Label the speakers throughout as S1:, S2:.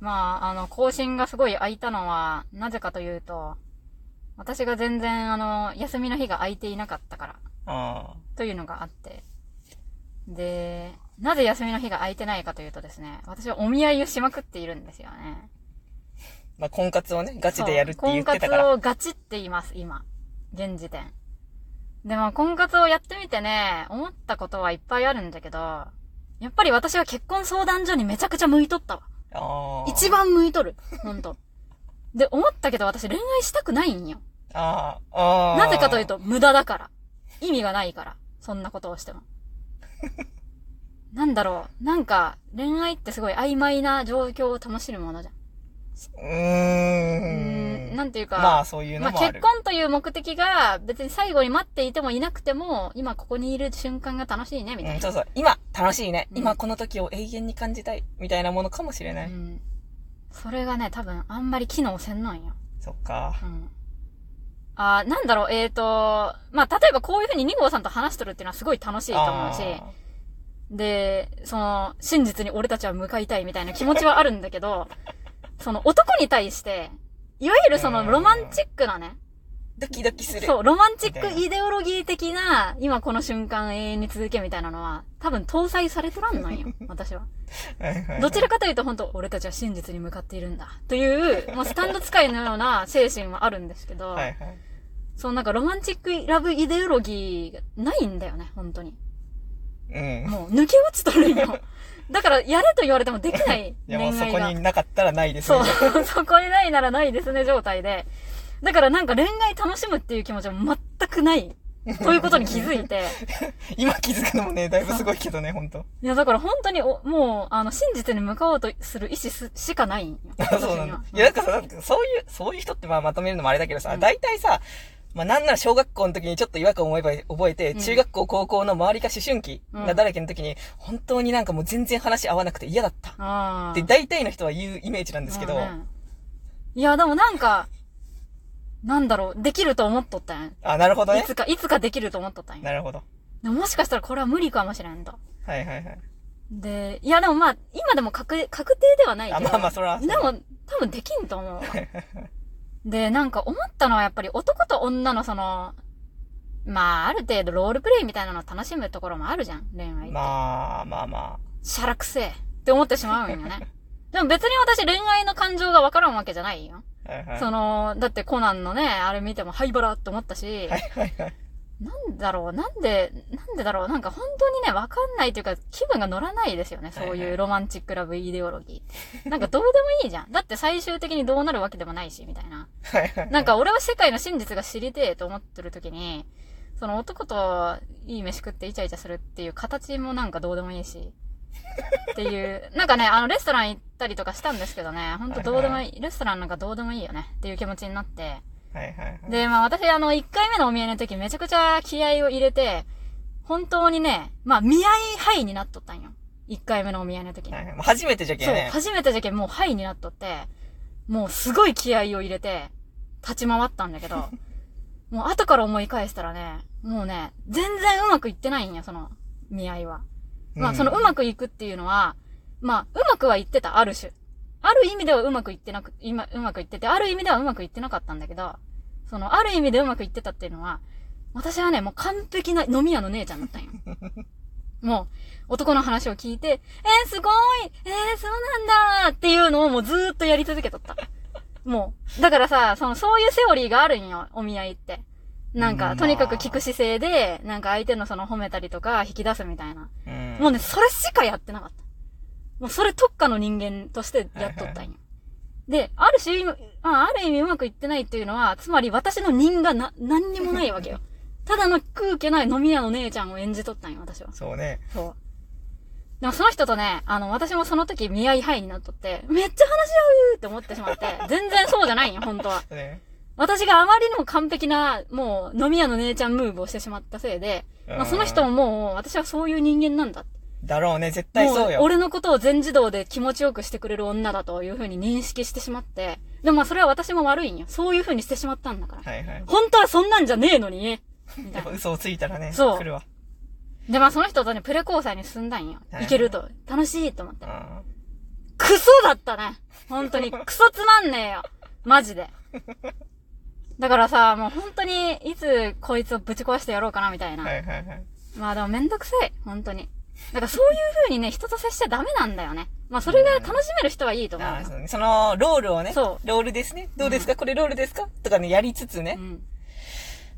S1: まあ、あの、更新がすごい空いたのは、なぜかというと、私が全然、あの、休みの日が空いていなかったから、
S2: あ
S1: というのがあって。で、なぜ休みの日が空いてないかというとですね、私はお見合いをしまくっているんですよね。
S2: ーまあ、婚活をね、ガチでやるって言っ
S1: そう
S2: てたから。
S1: 婚活をガチって言います、今。現時点。でも、婚活をやってみてね、思ったことはいっぱいあるんだけど、やっぱり私は結婚相談所にめちゃくちゃ向いとったわ。
S2: あー
S1: 一番向いとる。ほんと。で、思ったけど私恋愛したくないんよ。
S2: あーあー
S1: なぜかという。と、無駄だから。意味がないから。そんなことをしても。なんだろう。なんか、恋愛ってすごい曖昧な状況を楽しむものじゃん。
S2: う
S1: う
S2: ー
S1: ーん、
S2: ん。
S1: なんていうか。
S2: まあ、そういう
S1: ま
S2: の
S1: あ、
S2: もあ
S1: 結
S2: る。
S1: 婚という目的が別に最後に待っていてもいなくても、今ここにいる瞬間が楽しいね、みたい
S2: うん、
S1: な。
S2: そうそう。今、楽しいね。
S1: うん
S2: 今、この時を永遠に感じたい。みたいなものかもしれな
S1: う
S2: い。
S1: ん。それがね、多分あんまり機能せんのんよ。
S2: そっか
S1: う。ん。あーなんだろう、えーと、まあ、例えばこういうふうに2号さんと話しとるっていうのはすごい楽しいと思うし、
S2: あ
S1: で、その、真実に俺たちは向かいたいみたいな気持ちはあるんだけ ど、その男に対して、いわゆるそのロマンチックなね、
S2: ードキドキする。
S1: そう、ロマンチックイデオロギー的な、今この瞬間永遠に続けみたいなのは、多分搭載されとらんの んよ、私は。
S2: はいはい
S1: どちらかというと本当、俺たちは真実に向かっているんだ。という、もうスタンド使いのような精神はあるんですけど、
S2: はいはい。
S1: そのなんかロマンチックラブイデオロギーがないんだよね、本当に。
S2: うん。
S1: もう抜け落ちとるん よ。だから、やれと言われてもできない
S2: い
S1: 恋
S2: や、もうそ
S1: 愛
S2: こ
S1: が
S2: に。なかったらないです
S1: そ
S2: ね
S1: う。、 そこにないならないですね、状態で。だからなんか恋愛楽しむっていう気持ちは全くない。ということに気づい て。
S2: 今気づくのもね、だいぶすごいけどね、ほんと。
S1: いや、だから本当にお、もう、あの、真実に向かおうとする意思すしかないんよ。
S2: そうなんだ。
S1: 私
S2: い
S1: に
S2: や、
S1: は
S2: なんかさ、なんかそういう、そういう人ってまあまとめるのもあれだけどさ、大体さ、まあなんなら小学校の時にちょっと違和感を覚えば覚えて、
S1: うん
S2: 中学校、高校の周りが思春期がだらけの時に、本当になんかもう全然話合わなくて嫌だった。
S1: ああ。
S2: って大体の人は言うイメージなんですけど、
S1: まあねいや、でもなんか、なんだろう、できると思っとったんよ
S2: あ、なるほど
S1: い
S2: ね。
S1: つか、いつかできると思っとったんよ
S2: なるほど。
S1: でももしかしたらこれは無理かもしれんと。
S2: はいはいはい。
S1: で、いやでもまあ、今でも確、確定ではない
S2: あ、
S1: けど。
S2: まあまあ、それは。
S1: でも、多分できんと思うわ。 で、なんか思ったのはやっぱり男と女のその、まあ、ある程度ロールプレイみたいなのを楽しむところもあるじゃん、恋愛って。
S2: まあまあま
S1: しゃらくせえって思ってしまうんよね。 でも別に私恋愛の感情がわからんわけじゃないよ。
S2: あ。はいはい。
S1: その、だってコナンのね、あれ見ても灰原って思ったし、
S2: はいはいはい。
S1: なんだろう、なんで、なんでだろう、なんか本当にね、わかんないというか、気分が乗らないですよね、そう
S2: はい
S1: い
S2: は
S1: う
S2: い
S1: ロマンチックラブイデオロギー。なんかどうでもいいじゃん。だって最終的にどうなるわけでもないし、みたいな。
S2: はいはい。
S1: なんか俺は世界の真実が知りてえと思ってる時に、その男といい飯食ってイチャイチャするっていう形もなんかどうでもいいし。っていう、なんかね、あの、レストラン行ったりとかしたんですけどね、ほんとどうでもいい、レストランなんかどうでもいいよねっていう気持ちになって、
S2: はいはいはい。
S1: で、まあ私、あの、1回目のお見合いの時めちゃくちゃ気合を入れて、本当にね、まあ見合いハイになっとったんよ。1回目のお見合いの時に。
S2: はいはいまあ初めてじゃけ
S1: そ
S2: ん
S1: う、
S2: ね。
S1: 初めてじゃけんもうハイになっとって、もうすごい気合を入れて、立ち回ったんだけど、 もう後から思い返したらね、もうね、全然うまくいってないんよ、その、見合いは。まあ、そのうまくいくっていうのは、まあ、うまくはいってた、ある種。ある意味ではうまくいってなく、今、うまくいってて、ある意味ではうまくいってなかったんだけど、その、ある意味でうまくいってたっていうのは、私はね、もう完璧な飲み屋の姉ちゃんだ ったんよ。もう、男の話を聞いて、えー、すごいえー、そうなんだっていうのをもうずーっとやり続けとった。もう、だからさ、その、そういうセオリーがあるんよ、お見合いって。なん
S2: う
S1: か、
S2: ん
S1: とにかく聞く姿勢で、なんか相手のその褒めたりとか引き出すみたいな。
S2: うん。
S1: もうね、それしかやってなかった。もうそれ特化の人間としてやっとったんよ。で、ある種、まあ、ある意味うまくいってないっていうのは、つまり私の人がな、何にもないわけ よ。ただの空気ない飲み屋の姉ちゃんを演じとったんよ、私は。
S2: そうね。
S1: そう。でもその人とね、あの、私もその時見合い範囲になっとって、めっちゃ話し合うって思ってしまって、全然そうじゃないんよ、本当は。
S2: ね。
S1: 私があまりにも完璧な、もう、飲み屋の姉ちゃんムーブをしてしまったせいで、まあ、その人ももう、私はそういう人間なんだって
S2: だろうね、絶対そう
S1: もう
S2: よ。
S1: 俺のことを全自動で気持ちよくしてくれる女だというふうに認識してしまって。でもまあそれは私も悪いんよ。そういうふうにしてしまったんだから。
S2: はいはい。
S1: 本当はそんなんじゃねえのにね。みた
S2: やっ
S1: い
S2: ぱ
S1: な
S2: 嘘をついたらね、
S1: そう
S2: 来るわ。
S1: でまあその人とね、プレ交際に進んだんよ
S2: は。い
S1: いけると。楽しいと思って
S2: う。ん
S1: クソだったね。本当に、クソつまんねえよ。マジで。だからさ、もう本当に、いつこいつをぶち壊してやろうかな、みたいな。
S2: はいはいはい。
S1: まあでもめんどくさい、本当に。だからそういう風にね、人と接しちゃダメなんだよね。まあそれが楽しめる人はいいと思うよ
S2: あーそうねその、ロールをね、
S1: そう
S2: ロールですね。どうですか、これロールですかとかね、やりつつね。
S1: うん。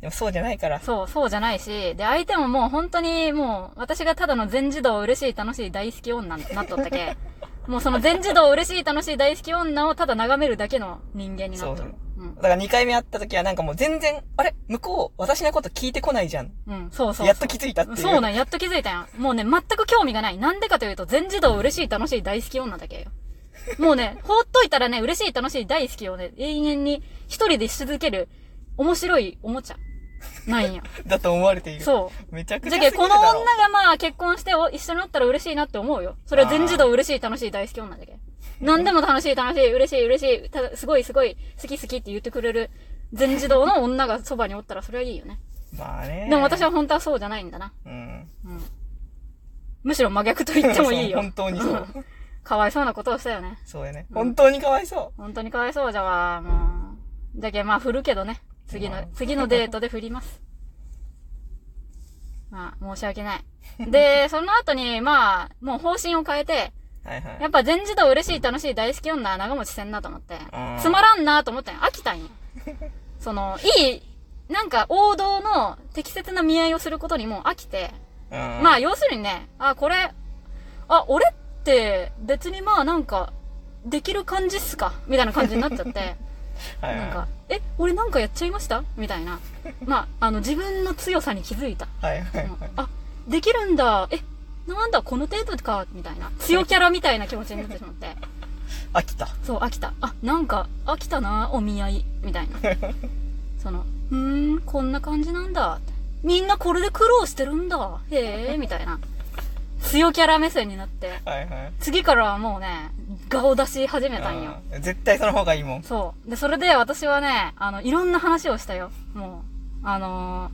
S2: でもそうじゃないから。
S1: そう、そうじゃないし、で、相手ももう本当にもう、私がただの全自動嬉しい楽しい大好き女になっとった け、もうその全自動嬉しい楽しい大好き女をただ眺めるだけの人間になっとる。うん
S2: だから2回目会った時はなんかもう全然、あれ向こう、私のこと聞いてこないじゃん。
S1: うん、そうそうそう。
S2: やっと気づいたっていう。
S1: そうなん、やっと気づいたやん。もうね、全く興味がない。なんでかというと、全自動嬉しい、楽しい、大好き女だけよ。もう ね、放っといたらね、嬉しい、楽しい、大好きをね、永遠に一人でし続ける、面白いおもちゃ。ない んや。
S2: だと思われている。
S1: そう。
S2: う。めちゃくち
S1: じ
S2: ゃ
S1: ゃけ、
S2: 過ぎ
S1: こ
S2: る
S1: の
S2: だろ。
S1: 女がまあ結婚してお一緒になったら嬉しいなって思うよ。それは全自動嬉しい、楽しい、大好き女 だけ。何でも楽しい、楽しい、嬉しい、嬉しい、ただすごい、すごい、好き好きって言ってくれる、全自動の女がそばにおったらそれはいいよね。
S2: まあね。
S1: でも私は本当はそうじゃないんだな。
S2: うん。
S1: うん。むしろ真逆と言ってもいいよ。
S2: そう本当にそう。
S1: ん。 かわいそうなことをしたよね。
S2: そうやね。本当にかわいそ
S1: 本当にかわいそうじゃわ、もう。じゃけ、まあ振るけどね。次
S2: まあ
S1: の、次のデートで振ります。 まあ、申し訳ない。 で、その後に、まあ、もう方針を変えて、
S2: う。はいは
S1: や
S2: い。
S1: っぱ全自動嬉しい楽しい大好き女は長持ちせんなと思って
S2: あー、
S1: つまらんなと思ったんよ飽きたんよ。その、いい、なんか王道の適切な見合いをすることにもう飽きて、
S2: うん
S1: まあ、要するにね、あ、これ、あ、俺って別にまあなんか、できる感じっすかみたいな感じになっちゃって、
S2: はいはい
S1: なんか、え、俺なんかやっちゃいましたみたいな。まあ、あの、自分の強さに気づいた。
S2: はいはいはい。
S1: あ、できるんだ。え、なんだ、この程度かみたいな。強キャラみたいな気持ちになってしまって。
S2: 飽きた。
S1: そう、飽きた。あ、なんか、飽きたな、お見合い。みたいな。その、うーん、こんな感じなんだ。みんなこれで苦労してるんだ。へえ、みたいな。強キャラ目線になって。
S2: はいはい。
S1: 次からはもうね、顔出し始めたんよ。
S2: うん絶対その方がいいもん。
S1: そう。で、それで私はね、あの、いろんな話をしたよ。もう、あのー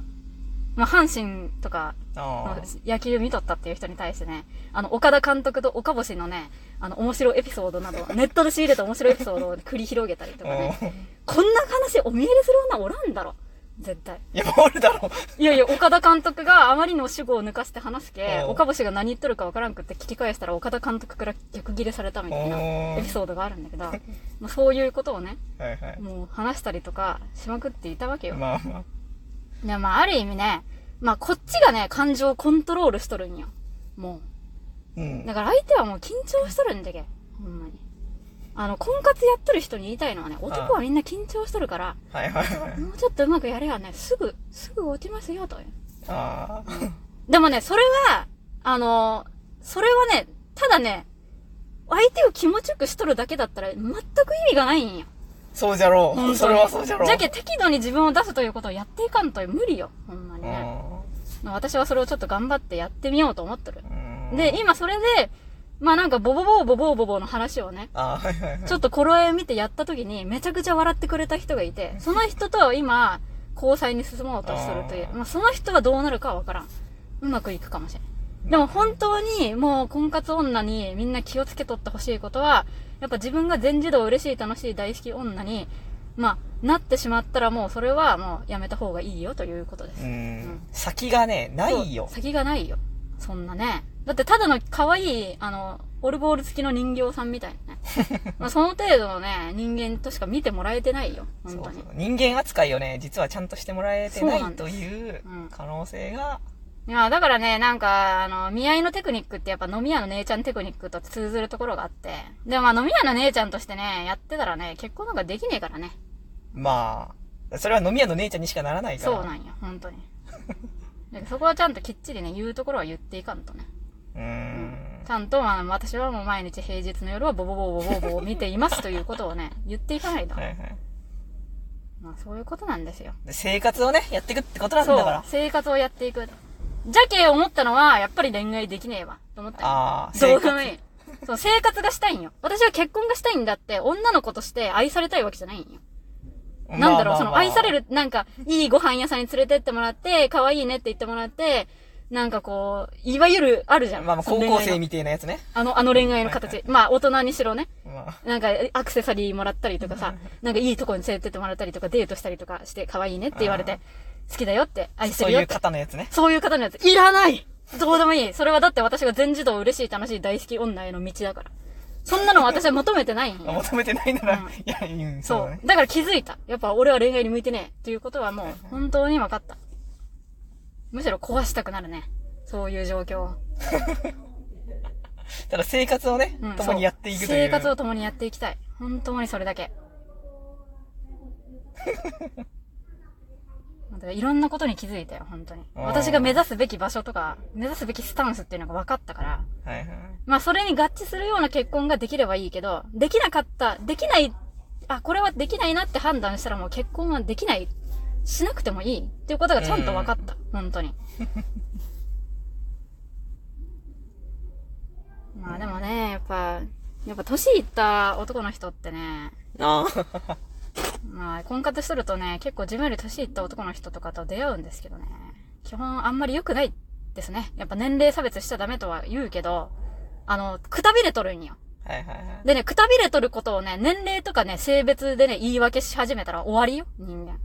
S1: まあ、阪神とか、
S2: ああ。
S1: 野球見とったっていう人に対してね、あの、岡田監督と岡星のね、あの、面白いエピソードなど、ネットで仕入れた面白いエピソードを繰り広げたりとかね。
S2: うん
S1: こんな話お見えれする女おらんだろ。絶対。
S2: いや、おるだろ。
S1: いやいや、岡田監督があまりの主語を抜かして話すけ、
S2: おう
S1: 岡星が何言っとるかわからんくって聞き返したら岡田監督から逆ギレされたみたいな
S2: おう
S1: エピソードがあるんだけど、まあ、そういうことをね、
S2: はいはい。
S1: もう話したりとかしまくっていたわけよ。
S2: まあまあ。
S1: で、まあある意味ね、まあこっちがね、感情をコントロールしとるんよ。も
S2: う
S1: う。
S2: ん。
S1: だから相手はもう緊張しとるんじゃけ。ほんまに。あの、婚活やっとる人に言いたいのはね、男はみんな緊張しとるから、
S2: はいはいはい。
S1: もうちょっとうまくやれやね、すぐ、すぐ落ちますよ、と。
S2: あ
S1: でもね、それは、あのそれはね、ただね、相手を気持ちよくしとるだけだったら全く意味がないんよ。
S2: あ。そうじゃろ
S1: 本当
S2: う。
S1: に
S2: それはそうじゃろう。
S1: じゃけ適度に自分を出すということをやっていかんと無理よ。ほんまに
S2: う
S1: ね。
S2: ん
S1: 私はそれをちょっと頑張ってやってみようと思ってる。
S2: うん
S1: で、今それで、まあなんかボボボーボボーボボーの話をね、
S2: ああ、はいはいはい。
S1: ちょっと頃合いを見てやった時にめちゃくちゃ笑ってくれた人がいて、その人と今、交際に進もうとするという
S2: あ。ー
S1: まあその人はどうなるかはわからん。うまくいくかもしれん。でも本当にもう婚活女にみんな気をつけとってほしいことは、やっぱ自分が全自動嬉しい楽しい大好き女に、まあ、なってしまったらもうそれはもうやめた方がいいよということです。
S2: うん。先がね、ないよ
S1: そう。先がないよ。そんなね。だってただの可愛い、あの、オルゴール付きの人形さんみたいな ね。まあその程度のね、人間としか見てもらえてないよ。
S2: そ
S1: 本当
S2: う
S1: に
S2: そ。う人間扱いをね、実はちゃんとしてもらえてな
S1: そうなん
S2: い
S1: で
S2: と
S1: す
S2: いう
S1: うん
S2: 可能性が、
S1: いや、だからね、なんか、あの、見合いのテクニックってやっぱ飲み屋の姉ちゃんテクニックと通ずるところがあって。でもまあ飲み屋の姉ちゃんとしてね、やってたらね、結婚なんかできねえからね。
S2: まあ、それは飲み屋の姉ちゃんにしかならないから。
S1: そうなんよ、本 当に。だからそこはちゃんときっちりね、言うところは言っていかんとね。
S2: うーん。
S1: ちゃんと、まあ、私はもう毎日平日の夜はボボボボボボボを見ていますということをね、言っていかないと
S2: はい。はい。
S1: まあそういうことなんですよ。
S2: で生活をね、やっていくってことなんだ
S1: そ
S2: か
S1: う
S2: ら。。
S1: 生活をやっていく。じゃけ思ったのは、やっぱり恋愛できねえわ。と思ったよ
S2: ああ、
S1: ど
S2: 生
S1: うで
S2: 活。
S1: もいい。そう、生活がしたいんよ。私は結婚がしたいんだって、女の子として愛されたいわけじゃないんよ。なんだろう、その愛され
S2: る。
S1: る、なんか、いいご飯屋さんに連れてってもらって、可愛いねって言ってもらって、なんかこう、いわゆるあるじゃん。
S2: まあまあ、
S1: その
S2: 高
S1: 恋愛
S2: 校
S1: の
S2: 生みたいなやつね。
S1: あの、あの恋愛の
S2: は
S1: 形。まあ、大人にしろね。
S2: まあ。
S1: なんか、アクセサリーもらったりとかさ、なんかいいとこに連れてってもらったりとか、デートしたりとかして、可愛いねって言われ
S2: あ
S1: て、好きだよって、愛して
S2: そう
S1: るよ
S2: い
S1: っ
S2: う
S1: て。
S2: 方のやつね。
S1: そういう方のやつ、いらないどうでもいい。それはだって私が全自動嬉しい楽しい大好き女への道だから。そんなの私は求めてないん
S2: まあ
S1: よ。
S2: 求めてないなら、
S1: うん
S2: いや、うん、そう
S1: そ
S2: だね
S1: う。。だから気づいた。やっぱ俺は恋愛に向いてねえ。ということはもう本当に分かった。むしろ壊したくなるね。そういう状況を。
S2: ただ生活をね、
S1: うん
S2: 共にやっていく
S1: そう
S2: という。
S1: 生活を共にやっていきたい。本当にそれだ け。だからいろんなことに気づいたよ、本当に。
S2: あー
S1: 私が目指すべき場所とか、目指すべきスタンスっていうのが分かったから、
S2: はいはい。
S1: まあそれに合致するような結婚ができればいいけど、できなかった、できない、あ、これはできないなって判断したらもう結婚はできない、しなくてもいいっていうことがちゃんと分かった、本 当に。まあでもね、やっぱ、やっぱ年いった男の人ってね、
S2: ああ。
S1: まあ婚活しとるとね、結構自分より年いった男の人とかと出会うんですけどね、基本あんまり良くないですね。やっぱ年齢差別しちゃダメとは言うけど、あの、くたびれとるんよ。
S2: はいはいはい。
S1: でね、くたびれとることをね、年齢とかね、性別でね、言い訳し始めたら終わりよ、人間。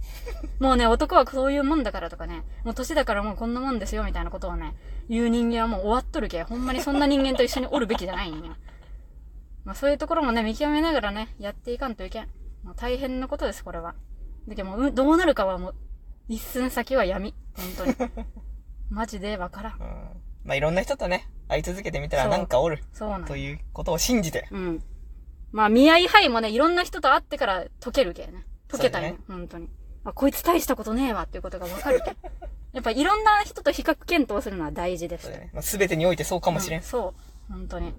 S1: もうね、男はそういうもんだからとかね、もう年だからもうこんなもんですよ、みたいなことをね、言う人間はもう終わっとるけ。ほんまにそんな人間と一緒におるべきじゃないんや。 まあそういうところもね、見極めながらね、やっていかんといけん。もう大変なことです、これは。だけどもう、うどうなるかはもう、一寸先は闇。本当に。マジでわからん。
S2: うん。まあいろんな人とね、会い続けてみたら
S1: そう
S2: なんかおる。
S1: そうなんよ
S2: ということを信じて。
S1: うん。まあ、見合い範囲もね、いろんな人と会ってから解けるけね。解けたよ、
S2: そうだね
S1: 本当に。あ、こいつ大したことねえわっていうことがわかるけん。やっぱいろんな人と比較検討するのは大事です
S2: そう
S1: と。
S2: だね。まあ、全てにおいてそうかもしれん。
S1: うんそう。本当に。